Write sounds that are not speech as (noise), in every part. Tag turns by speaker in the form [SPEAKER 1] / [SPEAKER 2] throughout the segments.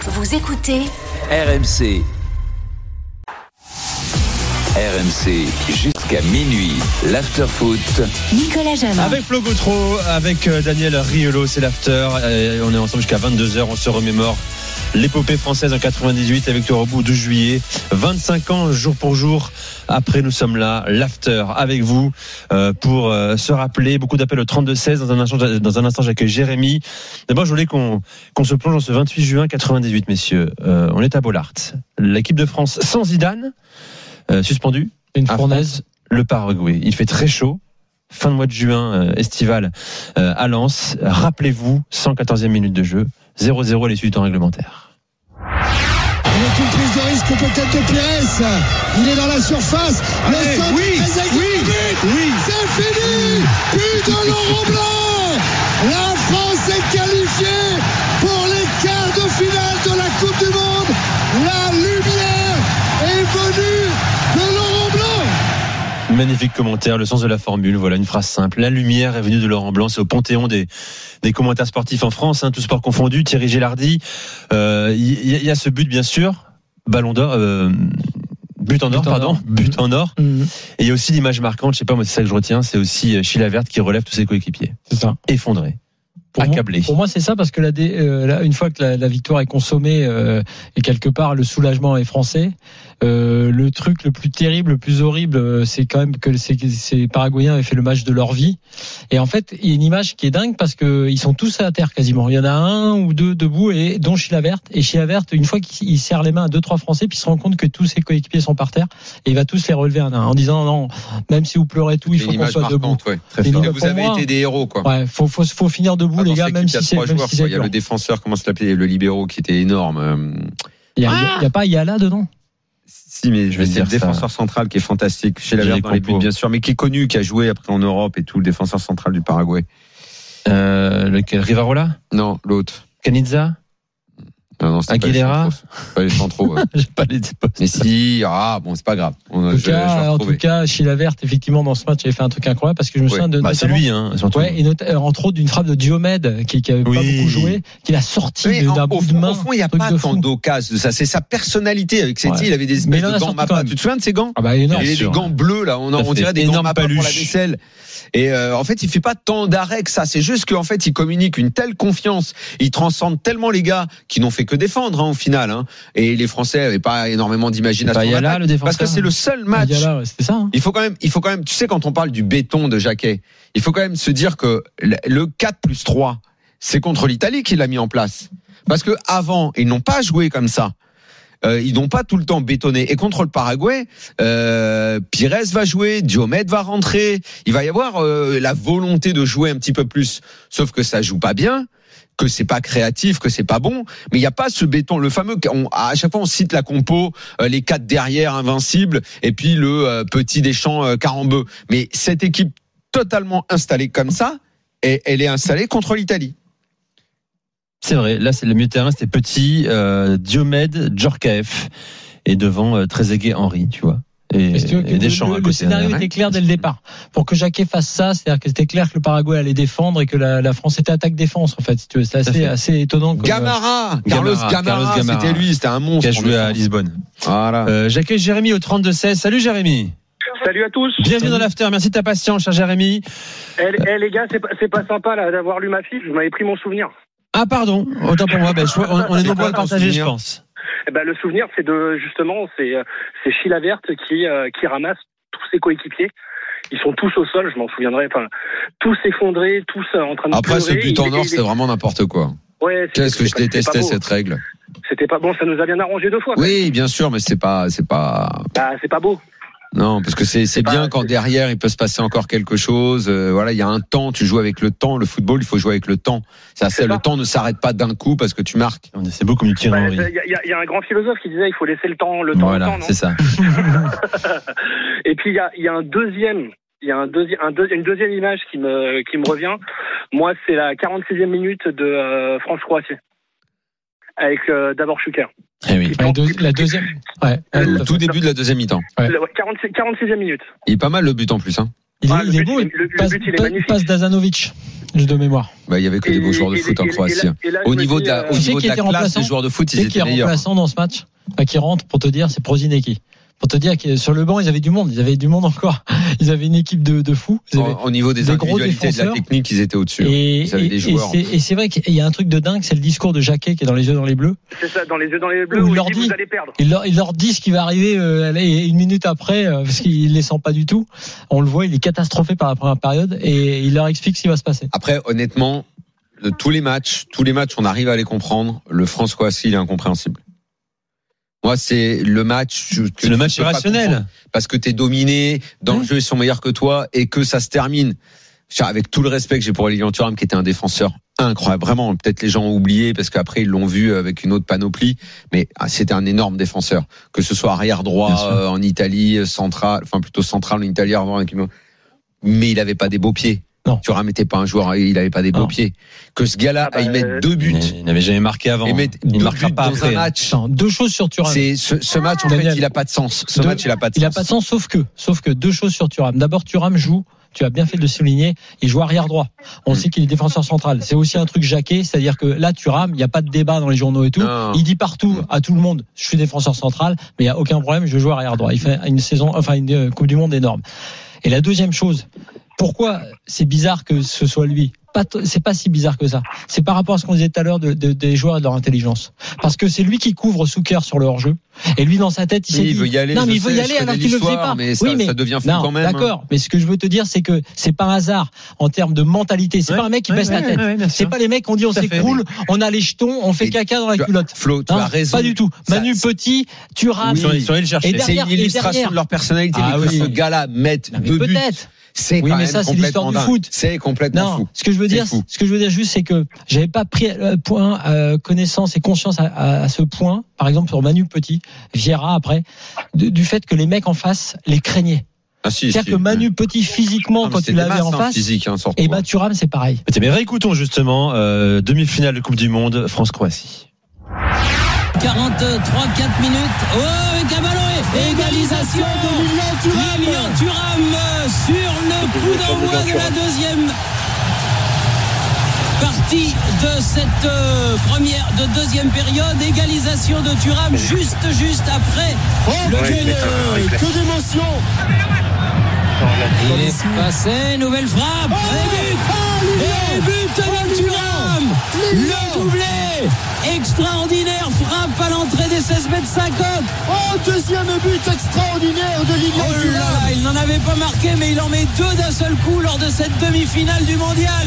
[SPEAKER 1] Vous écoutez
[SPEAKER 2] RMC. RMC jusqu'à minuit, l'afterfoot.
[SPEAKER 1] Nicolas Jamin.
[SPEAKER 3] Avec Flo Gautreau, avec euh, Daniel Riolo, c'est l'after. Euh, On est ensemble jusqu'à 22h, on se remémore l'épopée française en 98 avec toi au bout 2 juillet. 25 ans, jour pour jour. Après, nous sommes là, l'after, avec vous, euh, pour euh, se rappeler. Beaucoup d'appels au 32-16. Dans un instant, dans un instant j'accueille Jérémy. D'abord, je voulais qu'on qu'on se plonge dans ce 28 juin 98, messieurs. Euh, on est à Bollard. L'équipe de France sans Zidane, euh, suspendue
[SPEAKER 4] Une
[SPEAKER 3] à
[SPEAKER 4] fournaise.
[SPEAKER 3] le Paraguay. Il fait très chaud. Fin de mois de juin euh, estival euh, à Lens. Rappelez-vous, 114e minute de jeu, 0-0 à l'issue du temps réglementaire.
[SPEAKER 5] Avec une prise de risque peut-être de Pires. Il est dans la surface.
[SPEAKER 6] Allez,
[SPEAKER 5] le centre
[SPEAKER 6] oui,
[SPEAKER 5] est exécuté.
[SPEAKER 6] Oui,
[SPEAKER 5] C'est fini. But de Laurent Blanc. La France est qualifiée pour les quarts de finale de la Coupe du Monde. La lumière est venue de Laurent Blanc.
[SPEAKER 3] Magnifique commentaire, le sens de la formule, voilà une phrase simple. La lumière est venue de Laurent Blanc, c'est au panthéon des, des commentaires sportifs en France, hein, tout sport confondu, Thierry Gélardi. Euh, Il y, il y a ce but bien sûr, ballon d'or, euh, but en
[SPEAKER 4] But
[SPEAKER 3] or,
[SPEAKER 4] en
[SPEAKER 3] pardon,
[SPEAKER 4] or.
[SPEAKER 3] but en or.
[SPEAKER 4] Mhm.
[SPEAKER 3] Et il y a aussi l'image marquante, je sais pas moi c'est ça que je retiens, c'est aussi euh, Sheila Verte qui relève tous ses coéquipiers.
[SPEAKER 4] C'est ça.
[SPEAKER 3] Effondré,
[SPEAKER 4] Pour moi,
[SPEAKER 3] accablé.
[SPEAKER 4] pour moi, c'est ça parce que la dé- euh, là, une fois que la, la victoire est consommée euh, et quelque part le soulagement est français, euh, le truc le plus terrible, le plus horrible, euh, c'est quand même que ces, ces Paraguayens avaient fait le match de leur vie. Et en fait, il y a une image qui est dingue parce que ils sont tous à terre quasiment. Il y en a un ou deux debout et dont Chilaverte. Et Chilaverte, une fois qu'il il serre les mains à deux trois Français, puis il se rend compte que tous ses coéquipiers sont par terre et il va tous les relever un à un en disant non, même si vous pleurez tout, il
[SPEAKER 7] C'est
[SPEAKER 4] faut
[SPEAKER 7] une
[SPEAKER 4] qu'on
[SPEAKER 7] image
[SPEAKER 4] soit debout.
[SPEAKER 7] marquante, ouais. Très
[SPEAKER 4] Et
[SPEAKER 7] fort.
[SPEAKER 4] donc,
[SPEAKER 7] Vous
[SPEAKER 4] pour
[SPEAKER 7] avez
[SPEAKER 4] moi-
[SPEAKER 7] été des héros, quoi.
[SPEAKER 4] Ouais, faut, faut, faut finir debout,
[SPEAKER 7] Ah,
[SPEAKER 4] les
[SPEAKER 7] dans
[SPEAKER 4] gars,
[SPEAKER 7] cette
[SPEAKER 4] même
[SPEAKER 7] équipe, il y a
[SPEAKER 4] si c'est
[SPEAKER 7] trois
[SPEAKER 4] même
[SPEAKER 7] joueurs,
[SPEAKER 4] si
[SPEAKER 7] quoi.
[SPEAKER 4] c'est
[SPEAKER 7] Il y a
[SPEAKER 4] dur.
[SPEAKER 7] le défenseur, comment s'appelait Le libéraux qui était énorme. euh,
[SPEAKER 4] Il n'y a, il y a pas Yala dedans
[SPEAKER 7] Si, mais je vais
[SPEAKER 3] Je vais
[SPEAKER 7] dire le
[SPEAKER 3] dire ça.
[SPEAKER 7] défenseur central qui est fantastique chez la
[SPEAKER 3] Gilles
[SPEAKER 7] dans les buts,
[SPEAKER 3] Campo.
[SPEAKER 7] bien sûr, mais qui est connu, qui a joué après en Europe et tout, le défenseur central du Paraguay.
[SPEAKER 3] Euh, lequel Rivarola
[SPEAKER 7] Non, l'autre.
[SPEAKER 3] Canizza
[SPEAKER 7] Non, non, c'était pas les
[SPEAKER 3] Aguilera
[SPEAKER 7] centraux, c'est Pas les centraux. ouais.
[SPEAKER 3] J'ai (laughs) pas les postes.
[SPEAKER 7] mais si, ah, bon, c'est pas grave. On,
[SPEAKER 4] En
[SPEAKER 7] je-
[SPEAKER 4] tout
[SPEAKER 7] je vais
[SPEAKER 4] cas, en
[SPEAKER 7] retrouver.
[SPEAKER 4] tout cas, Chilavert, effectivement, dans ce match, avait fait un truc incroyable parce que je me
[SPEAKER 7] Ouais,
[SPEAKER 4] souviens de.
[SPEAKER 3] Bah, c'est
[SPEAKER 4] notamment-
[SPEAKER 3] lui, hein, surtout.
[SPEAKER 4] Ouais, et nota- euh, entre autres d'une frappe de Diomède qui, qui avait pas
[SPEAKER 3] Oui.
[SPEAKER 4] beaucoup joué, qu'il a sorti
[SPEAKER 7] Mais
[SPEAKER 4] de-
[SPEAKER 7] en-
[SPEAKER 4] d'un
[SPEAKER 7] au,
[SPEAKER 4] bout de
[SPEAKER 7] fond,
[SPEAKER 4] main.
[SPEAKER 7] au fond, il n'y a
[SPEAKER 4] truc
[SPEAKER 7] pas
[SPEAKER 4] de
[SPEAKER 7] tant
[SPEAKER 4] fou.
[SPEAKER 7] d'occasions de ça. C'est sa personnalité avec Setti.
[SPEAKER 4] Ouais.
[SPEAKER 7] Il avait des
[SPEAKER 4] Mais
[SPEAKER 7] espèces
[SPEAKER 4] il en a
[SPEAKER 7] de gants
[SPEAKER 4] sorti
[SPEAKER 7] Mappa.
[SPEAKER 4] quand même.
[SPEAKER 7] Tu te souviens de ces gants
[SPEAKER 4] Ah bah énorme.
[SPEAKER 7] Il
[SPEAKER 3] Bien
[SPEAKER 7] a des
[SPEAKER 3] sûr.
[SPEAKER 7] gants bleus là, on,
[SPEAKER 3] Ça
[SPEAKER 7] on
[SPEAKER 3] fait
[SPEAKER 7] dirait des
[SPEAKER 3] énorme
[SPEAKER 7] gants Mappa pour la
[SPEAKER 3] paluche.
[SPEAKER 7] vaisselle. Et euh, en fait, il fait pas tant d'arrêts que ça. C'est juste qu'en fait, il communique une telle confiance, il transcende tellement les gars qui n'ont fait que défendre hein, au final. hein. Et les Français n'avaient pas énormément
[SPEAKER 3] C'est
[SPEAKER 7] d'imagination.
[SPEAKER 3] pas
[SPEAKER 7] en
[SPEAKER 3] Yala,
[SPEAKER 7] attaque,
[SPEAKER 3] le défenseur
[SPEAKER 7] parce que c'est le seul match.
[SPEAKER 4] Yala, ouais, c'était ça. hein.
[SPEAKER 7] Il faut quand même, il faut quand même, tu sais, quand on parle du béton de Jacquet, il faut quand même se dire que le- le 4 plus 3, c'est contre l'Italie qu'il l'a mis en place. Parce que avant, ils n'ont pas joué comme ça. Euh, ils n'ont pas tout le temps bétonné. Et contre le Paraguay, euh, Pires va jouer, Diomed va rentrer. Il va y avoir euh, la volonté de jouer un petit peu plus. Sauf que ça joue pas bien, que c'est pas créatif, que c'est pas bon. Mais il n'y a pas ce béton, le fameux. on- à chaque fois, on cite la compo, euh, les quatre derrière invincibles, et puis le euh, petit Deschamps euh, Carambeu. Mais cette équipe totalement installée comme ça, et, elle est installée contre l'Italie.
[SPEAKER 3] C'est vrai, là, c'est le milieu de terrain, c'était petit, euh, Diomède, Djorkaeff, et devant euh, Trezeguet, Henri, tu vois. Et,
[SPEAKER 4] Parce que
[SPEAKER 3] et
[SPEAKER 4] le-
[SPEAKER 3] Deschamps,
[SPEAKER 4] le,
[SPEAKER 3] à
[SPEAKER 4] le
[SPEAKER 3] côté,
[SPEAKER 4] scénario
[SPEAKER 7] hein.
[SPEAKER 3] derrière.
[SPEAKER 4] était clair dès le départ. Pour que Jacquet fasse ça, c'est-à-dire que c'était clair que le Paraguay allait défendre et que la, la France était attaque-défense, en fait. si tu veux. C'est
[SPEAKER 3] Tout à fait.
[SPEAKER 4] assez, assez étonnant. euh, comme-
[SPEAKER 7] Gamara,
[SPEAKER 3] Gamara,
[SPEAKER 7] Carlos Gamara,
[SPEAKER 3] Carlos Gamara.
[SPEAKER 7] c'était lui, c'était un
[SPEAKER 3] Qui
[SPEAKER 7] monstre.
[SPEAKER 3] a joué à Lisbonne.
[SPEAKER 7] Voilà.
[SPEAKER 3] Euh, J'accueille Jérémy au 32-16. Salut Jérémy.
[SPEAKER 8] Salut à tous.
[SPEAKER 3] Bienvenue dans l'after. Merci de ta patience, cher Jérémy.
[SPEAKER 8] Eh eh, les gars, c'est pas, c'est pas sympa là, d'avoir lu ma fiche. Vous m'avez pris mon souvenir.
[SPEAKER 3] Ah, pardon. Autant pour moi. Ben, je- on, on est nombreux à le
[SPEAKER 7] Ton
[SPEAKER 3] partager, je
[SPEAKER 7] souvenir.
[SPEAKER 3] pense.
[SPEAKER 8] Eh ben, le souvenir, c'est de justement, c'est euh, c'est Sheila Verte qui euh, qui ramasse tous ses coéquipiers. Ils sont tous au sol. Je m'en souviendrai. Enfin, tous effondrés, tous euh, en train de
[SPEAKER 7] Après, ce
[SPEAKER 8] pleurer.
[SPEAKER 7] but
[SPEAKER 8] Il-
[SPEAKER 7] en
[SPEAKER 8] il-
[SPEAKER 7] or,
[SPEAKER 8] il-
[SPEAKER 7] c'est vraiment n'importe quoi.
[SPEAKER 8] Ouais, c'est-
[SPEAKER 7] Qu'est-ce que je
[SPEAKER 8] c'est pas- c'est pas
[SPEAKER 7] détestais
[SPEAKER 8] beau.
[SPEAKER 7] cette règle.
[SPEAKER 8] C'était pas bon. Ça nous a bien arrangé deux fois.
[SPEAKER 7] Oui, bien sûr, mais c'est pas, c'est pas.
[SPEAKER 8] Bah, c'est pas beau.
[SPEAKER 7] Non, parce que c'est c'est
[SPEAKER 8] pas-
[SPEAKER 7] bien quand derrière il peut se passer encore quelque chose. Euh, voilà, il y a un temps. Tu joues avec le temps. Le football, il faut jouer avec le temps. Ça, c'est-
[SPEAKER 8] C'est
[SPEAKER 7] le
[SPEAKER 8] ça.
[SPEAKER 7] temps ne s'arrête pas d'un coup parce que tu marques.
[SPEAKER 3] On est- C'est beau comme du tir
[SPEAKER 8] Bah,
[SPEAKER 3] Henri.
[SPEAKER 8] Il y, a- il y a- il y a un grand philosophe qui disait il faut laisser le temps, le temps, le
[SPEAKER 3] Voilà,
[SPEAKER 8] temps. non
[SPEAKER 3] c'est ça.
[SPEAKER 8] Et puis il y a, il y a un deuxième, il y a un deuxi- un deuxi- une deuxième image qui me, qui me revient. Moi, c'est la 46e minute de euh, France-Croatie. Avec euh, d'abord Schuker.
[SPEAKER 3] Eh (laughs) oui.
[SPEAKER 4] La, deux- la deuxième. Ouais.
[SPEAKER 7] Au
[SPEAKER 4] Ouais,
[SPEAKER 7] Euh, tout début de la deuxième mi-temps.
[SPEAKER 4] Ouais.
[SPEAKER 8] Le- ouais, 46, 46e minute.
[SPEAKER 7] Il est pas mal le but en plus. Hein.
[SPEAKER 4] Il est,
[SPEAKER 8] Ah, le
[SPEAKER 4] il est
[SPEAKER 8] but,
[SPEAKER 4] beau.
[SPEAKER 8] il- le- le
[SPEAKER 4] passe,
[SPEAKER 8] but, il est
[SPEAKER 4] pa-
[SPEAKER 8] magnifique.
[SPEAKER 4] passe d'Azanovic. de mémoire.
[SPEAKER 7] Bah, il y avait que des beaux joueurs de
[SPEAKER 8] et-
[SPEAKER 7] foot en
[SPEAKER 8] et- et
[SPEAKER 7] Croatie.
[SPEAKER 4] hein.
[SPEAKER 8] là- et là,
[SPEAKER 7] Au
[SPEAKER 8] je me
[SPEAKER 7] niveau
[SPEAKER 8] dis,
[SPEAKER 7] de la,
[SPEAKER 8] euh,
[SPEAKER 4] Tu
[SPEAKER 7] au
[SPEAKER 4] sais
[SPEAKER 7] niveau
[SPEAKER 4] qui
[SPEAKER 7] de la
[SPEAKER 4] était
[SPEAKER 7] classe
[SPEAKER 4] remplaçant
[SPEAKER 7] des joueurs de foot,
[SPEAKER 4] Tu
[SPEAKER 7] ils
[SPEAKER 4] sais qui
[SPEAKER 7] étaient
[SPEAKER 4] est
[SPEAKER 7] meilleurs.
[SPEAKER 4] remplaçant dans ce match Enfin, Qui rentre pour te dire, c'est Prozineki. Pour te dire que sur le banc, ils avaient du monde. Ils avaient du monde encore. (laughs) Ils avaient une équipe de, de fous. Ils
[SPEAKER 7] Au,
[SPEAKER 4] avaient-
[SPEAKER 7] au niveau des,
[SPEAKER 4] des gros
[SPEAKER 7] individualités et de la
[SPEAKER 4] défenseurs.
[SPEAKER 7] technique, ils étaient au-dessus. hein.
[SPEAKER 4] Et,
[SPEAKER 7] Ils avaient
[SPEAKER 4] et-
[SPEAKER 7] des
[SPEAKER 4] et
[SPEAKER 7] joueurs.
[SPEAKER 4] c'est- et c'est vrai qu'il y a un truc de dingue, c'est le discours de Jacquet qui est dans les yeux dans les bleus.
[SPEAKER 8] C'est ça, dans les yeux dans les bleus,
[SPEAKER 4] Ou
[SPEAKER 8] où il
[SPEAKER 4] l'ordi.
[SPEAKER 8] dit vous allez perdre.
[SPEAKER 4] Il leur, il leur dit ce qui va arriver euh, allez, une minute après, euh, parce qu'il les sent pas du tout. On le voit, il est catastrophé par la première période et il leur explique ce qui va se passer.
[SPEAKER 7] Après, honnêtement, de tous les matchs, tous les matchs, on arrive à les comprendre. Le France-Croatie, il est incompréhensible. Moi, c'est le match. que
[SPEAKER 3] C'est
[SPEAKER 7] tu
[SPEAKER 3] le match
[SPEAKER 7] peux pas
[SPEAKER 3] irrationnel.
[SPEAKER 7] parce que t'es dominé, dans le jeu ils sont meilleurs que toi et que ça se termine. Tiens, Avec tout le respect que j'ai pour Lilian Thuram, qui était un défenseur incroyable, vraiment, peut-être les gens ont oublié parce qu'après ils l'ont vu avec une autre panoplie, mais ah, c'était un énorme défenseur, que ce soit arrière
[SPEAKER 3] Bien
[SPEAKER 7] droit
[SPEAKER 3] sûr.
[SPEAKER 7] euh, en Italie, euh, central, enfin plutôt central en Italie, arrière droit avec une- mais il avait pas des beaux pieds.
[SPEAKER 4] Non.
[SPEAKER 7] Thuram n'était pas un joueur, hein, il avait pas des beaux
[SPEAKER 4] Non.
[SPEAKER 7] pieds. Que ce gars-là,
[SPEAKER 8] Ah bah,
[SPEAKER 7] aille mettre
[SPEAKER 8] euh,
[SPEAKER 7] deux buts,
[SPEAKER 3] Il il n'avait jamais marqué avant. hein.
[SPEAKER 7] et mettre deux
[SPEAKER 3] Il
[SPEAKER 7] buts
[SPEAKER 3] marquera pas
[SPEAKER 7] dans un
[SPEAKER 3] après.
[SPEAKER 7] match,
[SPEAKER 4] Attends, deux choses sur Thuram.
[SPEAKER 7] c'est ce, ce match en
[SPEAKER 4] Daniel.
[SPEAKER 7] fait, il a pas de sens. Ce
[SPEAKER 4] Deux-
[SPEAKER 7] match, il a pas de
[SPEAKER 4] Il n'a
[SPEAKER 7] sens.
[SPEAKER 4] pas de sens, sauf que, sauf que deux choses sur Thuram. D'abord, Thuram joue, tu as bien fait de le souligner, il joue arrière droit. On sait qu'il est défenseur central. C'est aussi un truc jaqué, c'est-à-dire que là, Thuram, il n'y a pas de débat dans les journaux et tout.
[SPEAKER 7] Non.
[SPEAKER 4] Il dit partout à tout le monde, je suis défenseur central, mais il n'y a aucun problème, je joue arrière droit. Il fait une saison, enfin, une euh, Coupe du Monde énorme. Et la deuxième chose, pourquoi c'est bizarre que ce soit lui Pas t- c'est pas si bizarre que ça. C'est par rapport à ce qu'on disait tout à l'heure de- de- des joueurs et de leur intelligence. Parce que c'est lui qui couvre Souker sur le hors-jeu. Et lui, dans sa tête, il s'est
[SPEAKER 7] Oui,
[SPEAKER 4] dit,
[SPEAKER 7] il veut y aller.
[SPEAKER 4] non,
[SPEAKER 7] je
[SPEAKER 4] mais il veut
[SPEAKER 7] sais,
[SPEAKER 4] y
[SPEAKER 7] je
[SPEAKER 4] aller
[SPEAKER 7] connais
[SPEAKER 4] alors qu'il le faisait
[SPEAKER 7] l'histoire,
[SPEAKER 4] pas.
[SPEAKER 7] Mais ça,
[SPEAKER 4] Oui, mais-
[SPEAKER 7] ça devient fou
[SPEAKER 4] Non,
[SPEAKER 7] quand même. hein.
[SPEAKER 4] d'accord. Mais ce que je veux te dire, c'est que c'est pas un hasard en termes de mentalité. C'est
[SPEAKER 3] Ouais,
[SPEAKER 4] pas un mec qui
[SPEAKER 3] ouais,
[SPEAKER 4] baisse la
[SPEAKER 3] ouais,
[SPEAKER 4] tête.
[SPEAKER 3] ouais, ouais, bien
[SPEAKER 4] c'est
[SPEAKER 3] sûr.
[SPEAKER 4] pas les mecs on dit on
[SPEAKER 3] Tout à fait.
[SPEAKER 4] s'écroule, on a les jetons, on fait
[SPEAKER 7] Et
[SPEAKER 4] caca dans la
[SPEAKER 7] tu as-
[SPEAKER 4] culotte.
[SPEAKER 7] Flo, tu
[SPEAKER 4] Hein,
[SPEAKER 7] as raison.
[SPEAKER 4] Pas du tout.
[SPEAKER 7] Ça,
[SPEAKER 4] Manu
[SPEAKER 7] c'est-
[SPEAKER 4] Petit, tu rames.
[SPEAKER 3] Ils sont allés- ils sont allés le chercher.
[SPEAKER 4] Et derrière-
[SPEAKER 7] C'est une illustration
[SPEAKER 4] derrière.
[SPEAKER 7] de leur personnalité.
[SPEAKER 4] Ah
[SPEAKER 7] mais que
[SPEAKER 4] oui.
[SPEAKER 7] ce gars-là mette
[SPEAKER 4] Mais
[SPEAKER 7] deux buts,
[SPEAKER 4] Peut-être.
[SPEAKER 7] c'est
[SPEAKER 4] Oui,
[SPEAKER 7] quand
[SPEAKER 4] mais
[SPEAKER 7] même
[SPEAKER 4] ça, c'est l'histoire
[SPEAKER 7] complètement
[SPEAKER 4] du
[SPEAKER 7] dingue.
[SPEAKER 4] foot.
[SPEAKER 7] C'est complètement
[SPEAKER 4] Non,
[SPEAKER 7] fou.
[SPEAKER 4] ce que je veux dire,
[SPEAKER 7] C'est fou.
[SPEAKER 4] ce que je veux dire juste, c'est que j'avais pas pris euh, point euh, connaissance et conscience à, à- à ce point. Par exemple, sur Manu Petit, Vieira après, de- du fait que les mecs en face les craignaient.
[SPEAKER 7] Ah, si, si.
[SPEAKER 4] C'est-à-dire que Manu Petit
[SPEAKER 7] Non,
[SPEAKER 4] physiquement,
[SPEAKER 7] mais
[SPEAKER 4] quand
[SPEAKER 7] c'était
[SPEAKER 4] tu
[SPEAKER 7] des
[SPEAKER 4] l'avais
[SPEAKER 7] masses,
[SPEAKER 4] en
[SPEAKER 7] hein,
[SPEAKER 4] face,
[SPEAKER 7] physique, hein, surtout.
[SPEAKER 4] et ben Thuram, c'est pareil.
[SPEAKER 3] Mais réécoutons justement euh, demi-finale de Coupe du Monde France-Croatie.
[SPEAKER 1] 43-4 minutes. Oh, Caballo et égalisation Lilian Thuram euh, sur le coup d'envoi de la deuxième partie de cette euh, première, de deuxième période. Égalisation de Thuram juste, juste après le but de- Il est Oh, passé, nouvelle frappe et but et but de Thuram Le doublé Extraordinaire frappe à l'entrée des 16 mètres 50 Oh, là là, il n'en avait pas marqué, mais il en met deux d'un seul coup lors de cette demi-finale du mondial.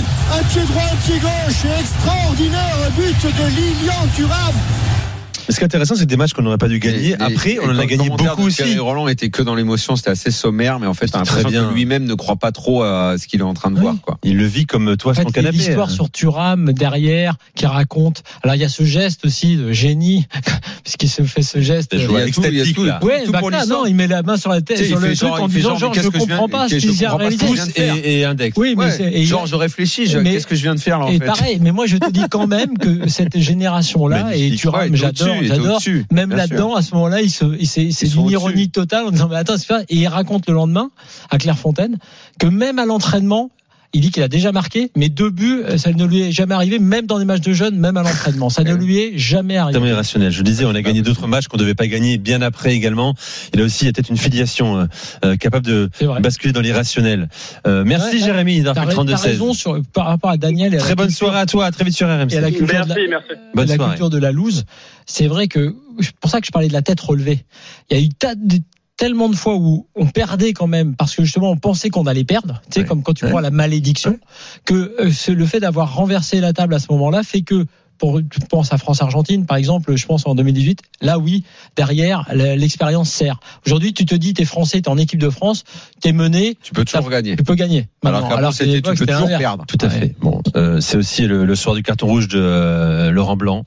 [SPEAKER 3] Ce qui est intéressant, c'est des matchs qu'on n'aurait pas dû gagner.
[SPEAKER 7] Et- et-
[SPEAKER 3] Après,
[SPEAKER 7] et
[SPEAKER 3] on en
[SPEAKER 7] quand
[SPEAKER 3] a
[SPEAKER 7] le
[SPEAKER 3] gagné
[SPEAKER 7] commentaire
[SPEAKER 3] beaucoup
[SPEAKER 7] de Thierry
[SPEAKER 3] aussi.
[SPEAKER 7] Roland était que dans l'émotion, c'était assez sommaire, mais en fait, t'as
[SPEAKER 3] C'était très
[SPEAKER 7] l'impression que
[SPEAKER 3] bien.
[SPEAKER 7] lui-même ne croit pas trop à ce qu'il est en train de
[SPEAKER 4] Oui.
[SPEAKER 7] voir, quoi.
[SPEAKER 3] Il le vit comme toi euh, sur
[SPEAKER 4] En fait,
[SPEAKER 3] ton
[SPEAKER 4] il y a
[SPEAKER 3] canapé.
[SPEAKER 1] euh.
[SPEAKER 4] l'histoire sur Thuram derrière qui raconte. Alors il y a ce geste aussi de génie, (laughs) puisqu'il se fait ce geste.
[SPEAKER 3] Il
[SPEAKER 7] joué.
[SPEAKER 3] y a
[SPEAKER 7] Il y a
[SPEAKER 3] tout,
[SPEAKER 7] tout,
[SPEAKER 3] il y a
[SPEAKER 7] extatique,
[SPEAKER 3] tout,
[SPEAKER 7] là.
[SPEAKER 3] là.
[SPEAKER 4] Ouais,
[SPEAKER 7] Ah, Tout
[SPEAKER 4] bah,
[SPEAKER 7] pour
[SPEAKER 4] là,
[SPEAKER 7] l'histoire.
[SPEAKER 4] non, il met la main sur la
[SPEAKER 7] Tu
[SPEAKER 4] tête,
[SPEAKER 7] sais,
[SPEAKER 4] sur
[SPEAKER 7] il
[SPEAKER 4] le
[SPEAKER 7] fait
[SPEAKER 4] truc
[SPEAKER 7] genre-
[SPEAKER 4] en
[SPEAKER 7] il fait
[SPEAKER 4] disant
[SPEAKER 7] genre,
[SPEAKER 4] genre
[SPEAKER 7] mais
[SPEAKER 4] je
[SPEAKER 7] qu'est-ce que je
[SPEAKER 4] comprends
[SPEAKER 7] viens-
[SPEAKER 4] pas ce
[SPEAKER 7] qu'est-ce que
[SPEAKER 4] qu'ils
[SPEAKER 7] je
[SPEAKER 4] y a
[SPEAKER 7] comprends pas ce
[SPEAKER 4] réalisé.
[SPEAKER 7] que je viens
[SPEAKER 3] Tous
[SPEAKER 7] de
[SPEAKER 3] et,
[SPEAKER 7] faire.
[SPEAKER 3] et index.
[SPEAKER 4] Oui, mais
[SPEAKER 7] Ouais.
[SPEAKER 4] c'est et-
[SPEAKER 7] Genre, je réfléchis, je-
[SPEAKER 4] mais-
[SPEAKER 7] qu'est-ce que je viens de faire, là, en
[SPEAKER 4] Et
[SPEAKER 7] fait?
[SPEAKER 4] pareil, mais moi je te dis quand même
[SPEAKER 7] (laughs)
[SPEAKER 4] que cette génération-là, et
[SPEAKER 7] Magnifique. Ouais,
[SPEAKER 4] Thuram,
[SPEAKER 7] il est
[SPEAKER 4] j'adore,
[SPEAKER 7] au-dessus, il est
[SPEAKER 4] j'adore,
[SPEAKER 7] au-dessus,
[SPEAKER 4] même
[SPEAKER 7] bien sûr.
[SPEAKER 4] là-dedans, à ce moment-là, il se- il s'est- c'est
[SPEAKER 7] Ils sont
[SPEAKER 4] d'une
[SPEAKER 7] au-dessus.
[SPEAKER 4] ironie totale en disant mais attends, c'est pas. Et il raconte le lendemain à Clairefontaine que même à l'entraînement, il dit qu'il a déjà marqué, mais deux buts, euh, ça ne lui est jamais arrivé, même dans des matchs de jeunes, même à l'entraînement, ça
[SPEAKER 7] Eh
[SPEAKER 4] ne lui est jamais
[SPEAKER 3] Totalement
[SPEAKER 4] arrivé.
[SPEAKER 3] irrationnel. Je le disais, on a gagné d'autres matchs qu'on ne devait pas gagner bien après également. Et là aussi, il y a peut-être une filiation euh, euh, capable de
[SPEAKER 4] C'est vrai.
[SPEAKER 3] basculer dans l'irrationnel. Euh, merci
[SPEAKER 4] Ouais, ouais.
[SPEAKER 3] Jérémy
[SPEAKER 4] T'as
[SPEAKER 3] d'avoir fait
[SPEAKER 4] ra- t'as raison
[SPEAKER 3] 32-16.
[SPEAKER 4] sur par rapport à Daniel. Et à la
[SPEAKER 3] Très bonne
[SPEAKER 4] culture-
[SPEAKER 3] soirée à toi. À très vite sur RMC.
[SPEAKER 4] Et à la culture de la-
[SPEAKER 8] Merci, merci.
[SPEAKER 3] Bonne
[SPEAKER 4] la
[SPEAKER 3] soirée.
[SPEAKER 4] culture de la loose, c'est vrai que c'est pour ça que je parlais de la tête relevée. Il y a eu tas de- tellement de fois où on perdait quand même parce que justement on pensait qu'on allait perdre, tu sais
[SPEAKER 3] Ouais.
[SPEAKER 4] comme quand tu
[SPEAKER 3] Ouais.
[SPEAKER 4] crois à la malédiction, que euh, ce- le fait d'avoir renversé la table à ce moment-là fait que pour, tu penses à France-Argentine, par exemple, je pense en 2018. Là, oui, derrière, la- l'expérience sert. Aujourd'hui, tu te dis, t'es français, t'es en équipe de France, t'es mené,
[SPEAKER 7] Tu peux toujours gagner.
[SPEAKER 4] tu peux gagner.
[SPEAKER 7] Alors
[SPEAKER 4] maintenant.
[SPEAKER 7] qu'avant,
[SPEAKER 4] qu'à
[SPEAKER 7] c'était, tu
[SPEAKER 4] l'époque,
[SPEAKER 7] peux
[SPEAKER 4] c'était
[SPEAKER 7] toujours
[SPEAKER 4] l'inverse.
[SPEAKER 7] perdre.
[SPEAKER 3] Tout à
[SPEAKER 4] Ouais.
[SPEAKER 3] fait. Bon, euh, c'est aussi le, le soir du carton rouge de euh, Laurent Blanc,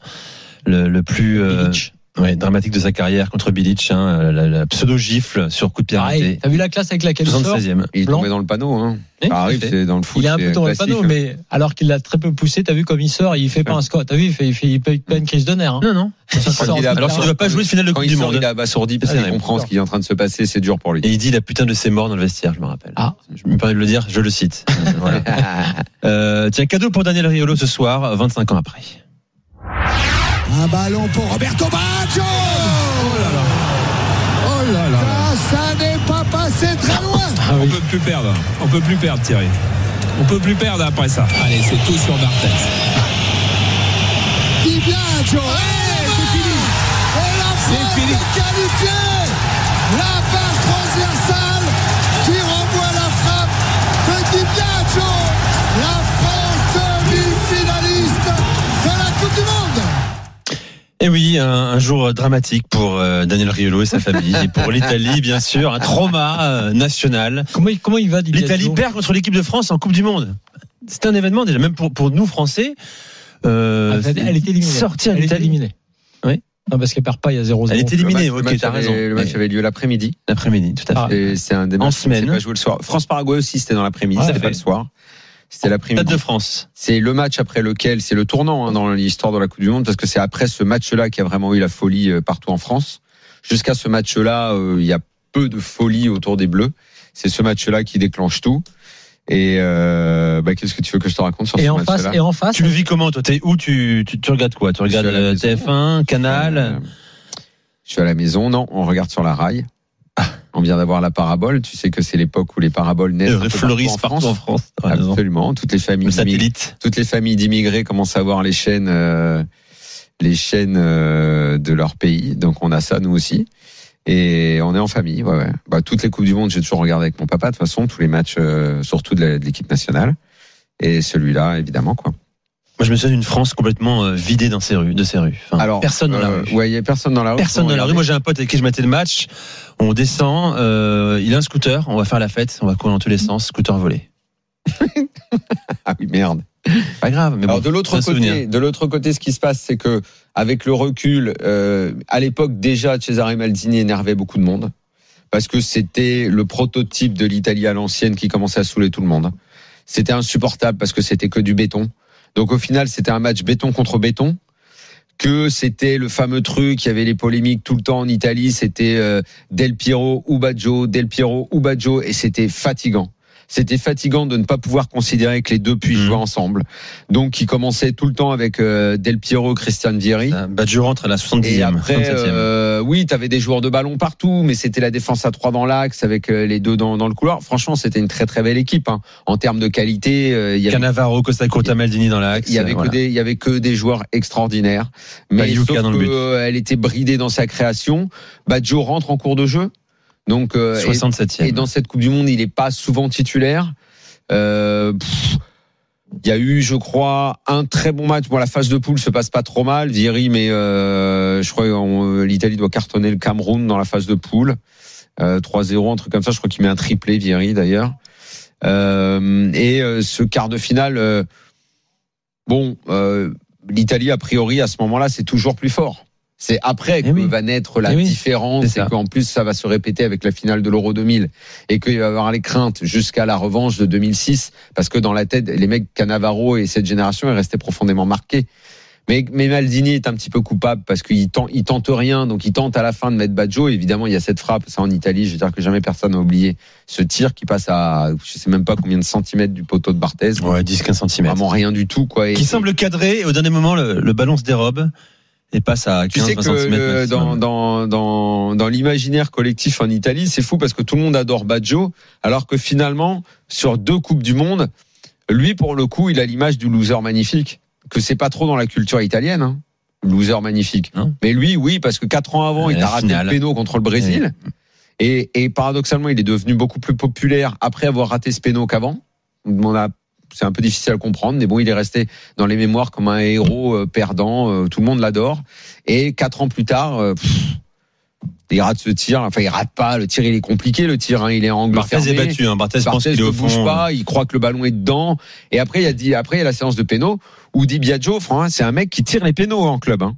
[SPEAKER 3] le, le plus euh,
[SPEAKER 4] Bilic.
[SPEAKER 3] Ouais, dramatique de sa carrière contre Bilic, hein, la, la pseudo-gifle sur coup de pied
[SPEAKER 4] Pareil,
[SPEAKER 3] arrêté.
[SPEAKER 4] t'as vu la classe avec laquelle il sort
[SPEAKER 3] 76e.
[SPEAKER 7] Il est
[SPEAKER 4] Blanc.
[SPEAKER 7] tombé dans le panneau. Hein.
[SPEAKER 4] Eh,
[SPEAKER 7] Ça arrive,
[SPEAKER 4] il fait-
[SPEAKER 7] c'est dans le foot.
[SPEAKER 4] il est un
[SPEAKER 7] c'est
[SPEAKER 4] peu dans le
[SPEAKER 7] classique,
[SPEAKER 4] panneau,
[SPEAKER 7] hein.
[SPEAKER 4] mais alors qu'il l'a très peu poussé, t'as vu comme il sort, il fait pas un score. T'as vu, il fait, il fait, il fait pas une crise de nerfs. hein.
[SPEAKER 3] Non, non.
[SPEAKER 4] Il
[SPEAKER 7] crois
[SPEAKER 4] sort
[SPEAKER 7] qu'il a-
[SPEAKER 4] de
[SPEAKER 3] Alors qu'il ne
[SPEAKER 4] terrain.
[SPEAKER 3] va pas jouer de finale de
[SPEAKER 7] Quand
[SPEAKER 3] Coupe
[SPEAKER 7] il
[SPEAKER 3] du
[SPEAKER 7] sort,
[SPEAKER 3] Monde.
[SPEAKER 7] il est abasourdi parce
[SPEAKER 3] Ah,
[SPEAKER 7] qu'il
[SPEAKER 3] c'est vrai.
[SPEAKER 7] comprend ce qui est en train de se passer. C'est dur pour lui.
[SPEAKER 3] Et il dit la putain de ses morts dans le vestiaire, je me rappelle.
[SPEAKER 4] Ah.
[SPEAKER 3] Je me permets de le dire, je le cite.
[SPEAKER 4] (laughs)
[SPEAKER 3] Voilà.
[SPEAKER 7] (laughs)
[SPEAKER 3] Euh, tiens, cadeau pour Daniel Riolo ce soir, 25 ans après.
[SPEAKER 5] Un ballon pour Roberto Baggio Oh là là Oh là là Ça n'est pas passé très loin
[SPEAKER 4] Ah oui.
[SPEAKER 6] On peut plus perdre. On peut plus perdre, Thierry. On peut plus perdre après ça. Allez, c'est tout sur Barthez.
[SPEAKER 5] Di Biagio Eh, C'est fini Et la France
[SPEAKER 6] fini.
[SPEAKER 5] est qualifiée La barre transversale qui renvoie la frappe de Di Biagio La France demi-finaliste de la Coupe du Monde
[SPEAKER 3] Et Eh oui, un, un jour dramatique pour euh, Daniel Riolo et sa famille, et pour l'Italie, bien sûr, un trauma euh, national.
[SPEAKER 4] Comment, il- comment il va, Di
[SPEAKER 3] L'Italie
[SPEAKER 4] Biagio
[SPEAKER 3] perd contre l'équipe de France en Coupe du Monde. C'est un événement déjà, même pour, pour nous Français. Euh,
[SPEAKER 4] Ah, Elle elle est éliminée.
[SPEAKER 3] Sortir
[SPEAKER 4] elle est
[SPEAKER 3] l'Italie.
[SPEAKER 4] éliminée.
[SPEAKER 3] Oui.
[SPEAKER 4] Non, parce qu'elle perd pas, il y a 0-0.
[SPEAKER 3] Elle est
[SPEAKER 7] Le
[SPEAKER 3] éliminée,
[SPEAKER 7] match- le
[SPEAKER 3] ok,
[SPEAKER 7] match
[SPEAKER 3] t'as
[SPEAKER 7] avait-
[SPEAKER 3] raison.
[SPEAKER 7] Le match avait lieu l'après-midi.
[SPEAKER 3] L'après-midi, tout à
[SPEAKER 4] Ah.
[SPEAKER 3] fait.
[SPEAKER 7] Et c'est un des
[SPEAKER 3] En
[SPEAKER 7] matchs qui s'est
[SPEAKER 3] semaine.
[SPEAKER 7] pas joué le soir. France-Paraguay aussi, c'était dans l'après-midi.
[SPEAKER 3] Ouais,
[SPEAKER 7] c'était
[SPEAKER 3] fait.
[SPEAKER 7] pas le soir. C'était
[SPEAKER 3] Stade
[SPEAKER 7] l'après-midi.
[SPEAKER 3] de France.
[SPEAKER 7] C'est le match après lequel, c'est le tournant hein, dans l'histoire de la Coupe du Monde, parce que c'est après ce match-là qu'il y a vraiment eu la folie euh, partout en France. Jusqu'à ce match-là, euh, il y a peu de folie autour des Bleus. C'est ce match-là qui déclenche tout. Et euh, bah, qu'est-ce que tu veux que je te raconte sur
[SPEAKER 4] Et
[SPEAKER 7] ce
[SPEAKER 4] en face,
[SPEAKER 7] match-là
[SPEAKER 4] et en face,
[SPEAKER 3] Tu le vis comment toi T'es où tu, tu, tu regardes quoi Tu regardes
[SPEAKER 7] à la
[SPEAKER 3] euh,
[SPEAKER 7] maison.
[SPEAKER 3] TF1,
[SPEAKER 7] Euh,
[SPEAKER 3] Canal
[SPEAKER 7] Je suis à la maison. Non, on regarde sur la rail. Ah, On vient d'avoir la parabole. Tu sais que c'est l'époque où les paraboles naissent. un peu
[SPEAKER 3] euh,
[SPEAKER 7] partout
[SPEAKER 3] Floris partout en France. T'as raison.
[SPEAKER 7] Absolument. Toutes les familles
[SPEAKER 3] Le
[SPEAKER 7] d'immigrés-
[SPEAKER 3] satellite.
[SPEAKER 7] toutes les familles d'immigrés commencent à voir les chaînes, euh, les chaînes euh, de leur pays. Donc on a ça nous aussi. Et on est en famille. Ouais, ouais. Bah, toutes les coupes du monde, j'ai toujours regardé avec mon papa. De toute façon, tous les matchs, euh, surtout de la- de l'équipe nationale. Et celui-là, évidemment, quoi.
[SPEAKER 3] Moi je me souviens d'une France complètement euh, vidée dans ses rues, de ses rues. Enfin, personne dans la
[SPEAKER 7] euh,
[SPEAKER 3] rue.
[SPEAKER 7] Ouais, il y a personne dans la rue.
[SPEAKER 3] Personne dans
[SPEAKER 7] On
[SPEAKER 3] la rue.
[SPEAKER 7] regardait.
[SPEAKER 3] Moi, j'ai un pote avec qui je matais le match. On descend, euh, il a un scooter, on va faire la fête, on va courir dans tous les
[SPEAKER 7] Mm.
[SPEAKER 3] sens, scooter volé.
[SPEAKER 7] Ah oui, merde.
[SPEAKER 3] Pas grave, mais bon.
[SPEAKER 7] Alors de l'autre
[SPEAKER 3] c'est un souvenir.
[SPEAKER 7] côté, de l'autre côté, ce qui se passe, c'est que avec le recul, euh, à l'époque déjà, Cesare Maldini énervait beaucoup de monde parce que c'était le prototype de l'Italie à l'ancienne qui commençait à saouler tout le monde. C'était insupportable parce que c'était que du béton. Donc au final, c'était un match béton contre béton. Que c'était le fameux truc, il y avait les polémiques tout le temps en Italie, c'était euh, Del Piero ou Baggio, Del Piero ou Baggio, et c'était fatigant. C'était fatigant de ne pas pouvoir considérer que les deux puissent
[SPEAKER 3] Mhm.
[SPEAKER 7] jouer ensemble. Donc qui commençait tout le temps avec euh, Del Piero, Christian Vieri.
[SPEAKER 3] Ah, Bah, tu rentres à la 70e,
[SPEAKER 7] Et après,
[SPEAKER 3] 67e.
[SPEAKER 7] euh, oui, t'avais des joueurs de ballon partout, mais c'était la défense à trois dans l'axe avec euh, les deux dans, dans le couloir. Franchement, c'était une très très belle équipe hein. en termes de qualité. euh, Il y avait,
[SPEAKER 3] Cannavaro, Costa Curta, Maldini dans l'axe. euh,
[SPEAKER 7] il y avait
[SPEAKER 3] voilà.
[SPEAKER 7] que des, il y avait que des joueurs extraordinaires. Mais
[SPEAKER 3] Bayouka
[SPEAKER 7] sauf
[SPEAKER 3] dans le
[SPEAKER 7] que,
[SPEAKER 3] but.
[SPEAKER 7] euh, elle était bridée dans sa création. Baggio rentre en cours de jeu, donc euh, et-
[SPEAKER 3] 67e.
[SPEAKER 7] et dans cette Coupe du Monde, il n'est pas souvent titulaire. Euh, pff, il y a eu, je crois, un très bon match. Bon, la phase de poule se passe pas trop mal. Vieri, mais euh, je crois que euh, l'Italie doit cartonner le Cameroun dans la phase de poule. Euh, 3-0, un truc comme ça. Je crois qu'il met un triplé, Vieri, d'ailleurs. Euh, et euh, ce quart de finale, euh, bon, euh, l'Italie, a priori, à ce moment-là, c'est toujours plus fort. C'est après que
[SPEAKER 3] oui.
[SPEAKER 7] va naître la
[SPEAKER 3] Eh oui. C'est
[SPEAKER 7] différence et
[SPEAKER 3] ça.
[SPEAKER 7] qu'en plus, ça va se répéter avec la finale de l'Euro 2000 et qu'il va y avoir les craintes jusqu'à la revanche de 2006 parce que dans la tête, les mecs Canavaro et cette génération est restée profondément marquée. Mais, mais Maldini est un petit peu coupable parce qu'il tente, il tente rien, donc il tente à la fin de mettre Baggio. Et Évidemment, il y a cette frappe, ça en Italie, je veux dire que jamais personne n'a oublié ce tir qui passe à je sais même pas combien de centimètres du poteau de Barthez.
[SPEAKER 3] Ouais, 10-15 cm.
[SPEAKER 7] Vraiment rien du tout quoi. Et-
[SPEAKER 3] Qui semble cadré, et au dernier moment, le, le ballon se dérobe et passe à 15-20
[SPEAKER 7] Tu sais que
[SPEAKER 3] cm.
[SPEAKER 7] euh, dans, dans, dans, dans l'imaginaire collectif en Italie, c'est fou parce que tout le monde adore Baggio, alors que finalement, sur deux Coupes du Monde, lui, pour le coup, il a l'image du loser magnifique, que c'est pas trop dans la culture italienne, hein, loser magnifique.
[SPEAKER 3] Non.
[SPEAKER 7] Mais lui, oui, parce que quatre ans avant,
[SPEAKER 3] Ouais,
[SPEAKER 7] il
[SPEAKER 3] Hein la
[SPEAKER 7] a raté
[SPEAKER 3] finale.
[SPEAKER 7] le péno contre le Brésil. Et, et paradoxalement, il est devenu beaucoup plus populaire après avoir raté ce péno qu'avant. On a- C'est un peu difficile à comprendre, mais bon, il est resté dans les mémoires comme un héros euh, perdant. euh, tout le monde l'adore. Et quatre ans plus tard, euh, pff, il rate ce tir. Enfin, il rate pas. Le tir, il est compliqué. Le tir, hein, il est en angle
[SPEAKER 3] Barthez
[SPEAKER 7] fermé.
[SPEAKER 3] est battu, hein. Barthez pense
[SPEAKER 7] Barthez
[SPEAKER 3] qu'il est
[SPEAKER 7] ne
[SPEAKER 3] au fond.
[SPEAKER 7] bouge pas, il croit que le ballon est dedans. Et après, il y a, dit- après, il y a la séance de pénaux où Di Biagio, Franck, hein, c'est un mec qui tire les pénaux en club. hein.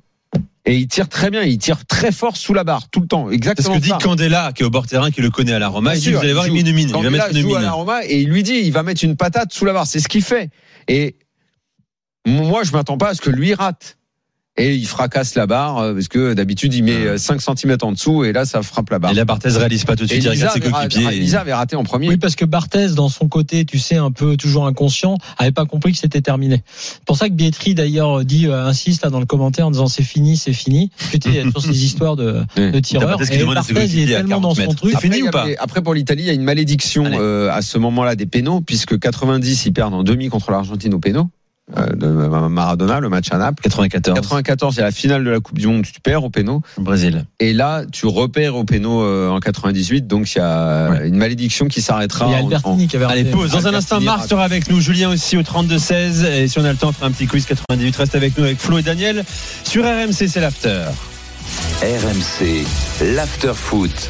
[SPEAKER 7] et il tire très bien, il tire très fort sous la barre tout le temps,
[SPEAKER 3] C'est ce
[SPEAKER 7] exactement.
[SPEAKER 3] que dit
[SPEAKER 7] ça.
[SPEAKER 3] Candela, qui est au bord terrain, qui le connaît à la Roma.
[SPEAKER 7] Bien
[SPEAKER 3] Il dit,
[SPEAKER 7] sûr,
[SPEAKER 3] vous allez voir, il met une mine. Il va
[SPEAKER 7] Candela
[SPEAKER 3] mettre une
[SPEAKER 7] joue à
[SPEAKER 3] mine.
[SPEAKER 7] la Roma et il lui dit il va mettre une patate sous la barre. C'est ce qu'il fait. Et moi, je m'attends pas à ce que lui rate. Et il fracasse la barre euh, parce que d'habitude il met euh, 5 cm en dessous et là ça frappe la barre.
[SPEAKER 3] Et là, Barthez réalise pas tout de
[SPEAKER 7] Et
[SPEAKER 3] suite. Il
[SPEAKER 7] Lisa
[SPEAKER 3] regarde ses
[SPEAKER 7] avait ra-
[SPEAKER 3] coéquipiers.
[SPEAKER 7] Lisa avait raté en premier.
[SPEAKER 4] Oui, parce que Barthez, dans son côté, tu sais, un peu toujours inconscient, avait pas compris que c'était terminé. C'est pour ça que Bietri, d'ailleurs, dit, euh, insiste là, dans le commentaire en disant c'est fini, c'est fini. Que tu sais, il y a
[SPEAKER 3] (laughs)
[SPEAKER 4] toujours ces histoires de,
[SPEAKER 7] Oui.
[SPEAKER 4] de tireurs.
[SPEAKER 3] Barthez qui
[SPEAKER 4] Et
[SPEAKER 3] demande à ses
[SPEAKER 4] Barthez, il est
[SPEAKER 3] coéquipiers à
[SPEAKER 4] tellement
[SPEAKER 3] 40
[SPEAKER 4] dans son
[SPEAKER 3] mètres.
[SPEAKER 4] truc.
[SPEAKER 3] C'est fini
[SPEAKER 7] il y
[SPEAKER 3] ou pas
[SPEAKER 7] avait- Après, pour l'Italie, il y a une malédiction
[SPEAKER 3] Allez.
[SPEAKER 7] euh, à ce moment-là des pénaux, puisque 90, ils perdent en demi contre l'Argentine au pénaux euh, de Maradona, le match à Naples.
[SPEAKER 3] 94.
[SPEAKER 7] 94, c'est la finale de la Coupe du Monde, tu perds au pénaux.
[SPEAKER 3] Brésil.
[SPEAKER 7] Et là, tu repères au pénaux euh, en 98, donc il y a une malédiction qui s'arrêtera.
[SPEAKER 4] Il y a
[SPEAKER 7] en- en-
[SPEAKER 4] Albertini qui avait
[SPEAKER 3] Allez,
[SPEAKER 4] raté.
[SPEAKER 3] pause. Dans un
[SPEAKER 7] Albertini
[SPEAKER 3] instant, Marc
[SPEAKER 7] rate.
[SPEAKER 3] sera avec nous. Julien aussi au 32-16. Et si on a le temps, on fera un petit quiz 98. Reste avec nous avec Flo et Daniel. Sur RMC, c'est l'after.
[SPEAKER 2] RMC, l'after foot.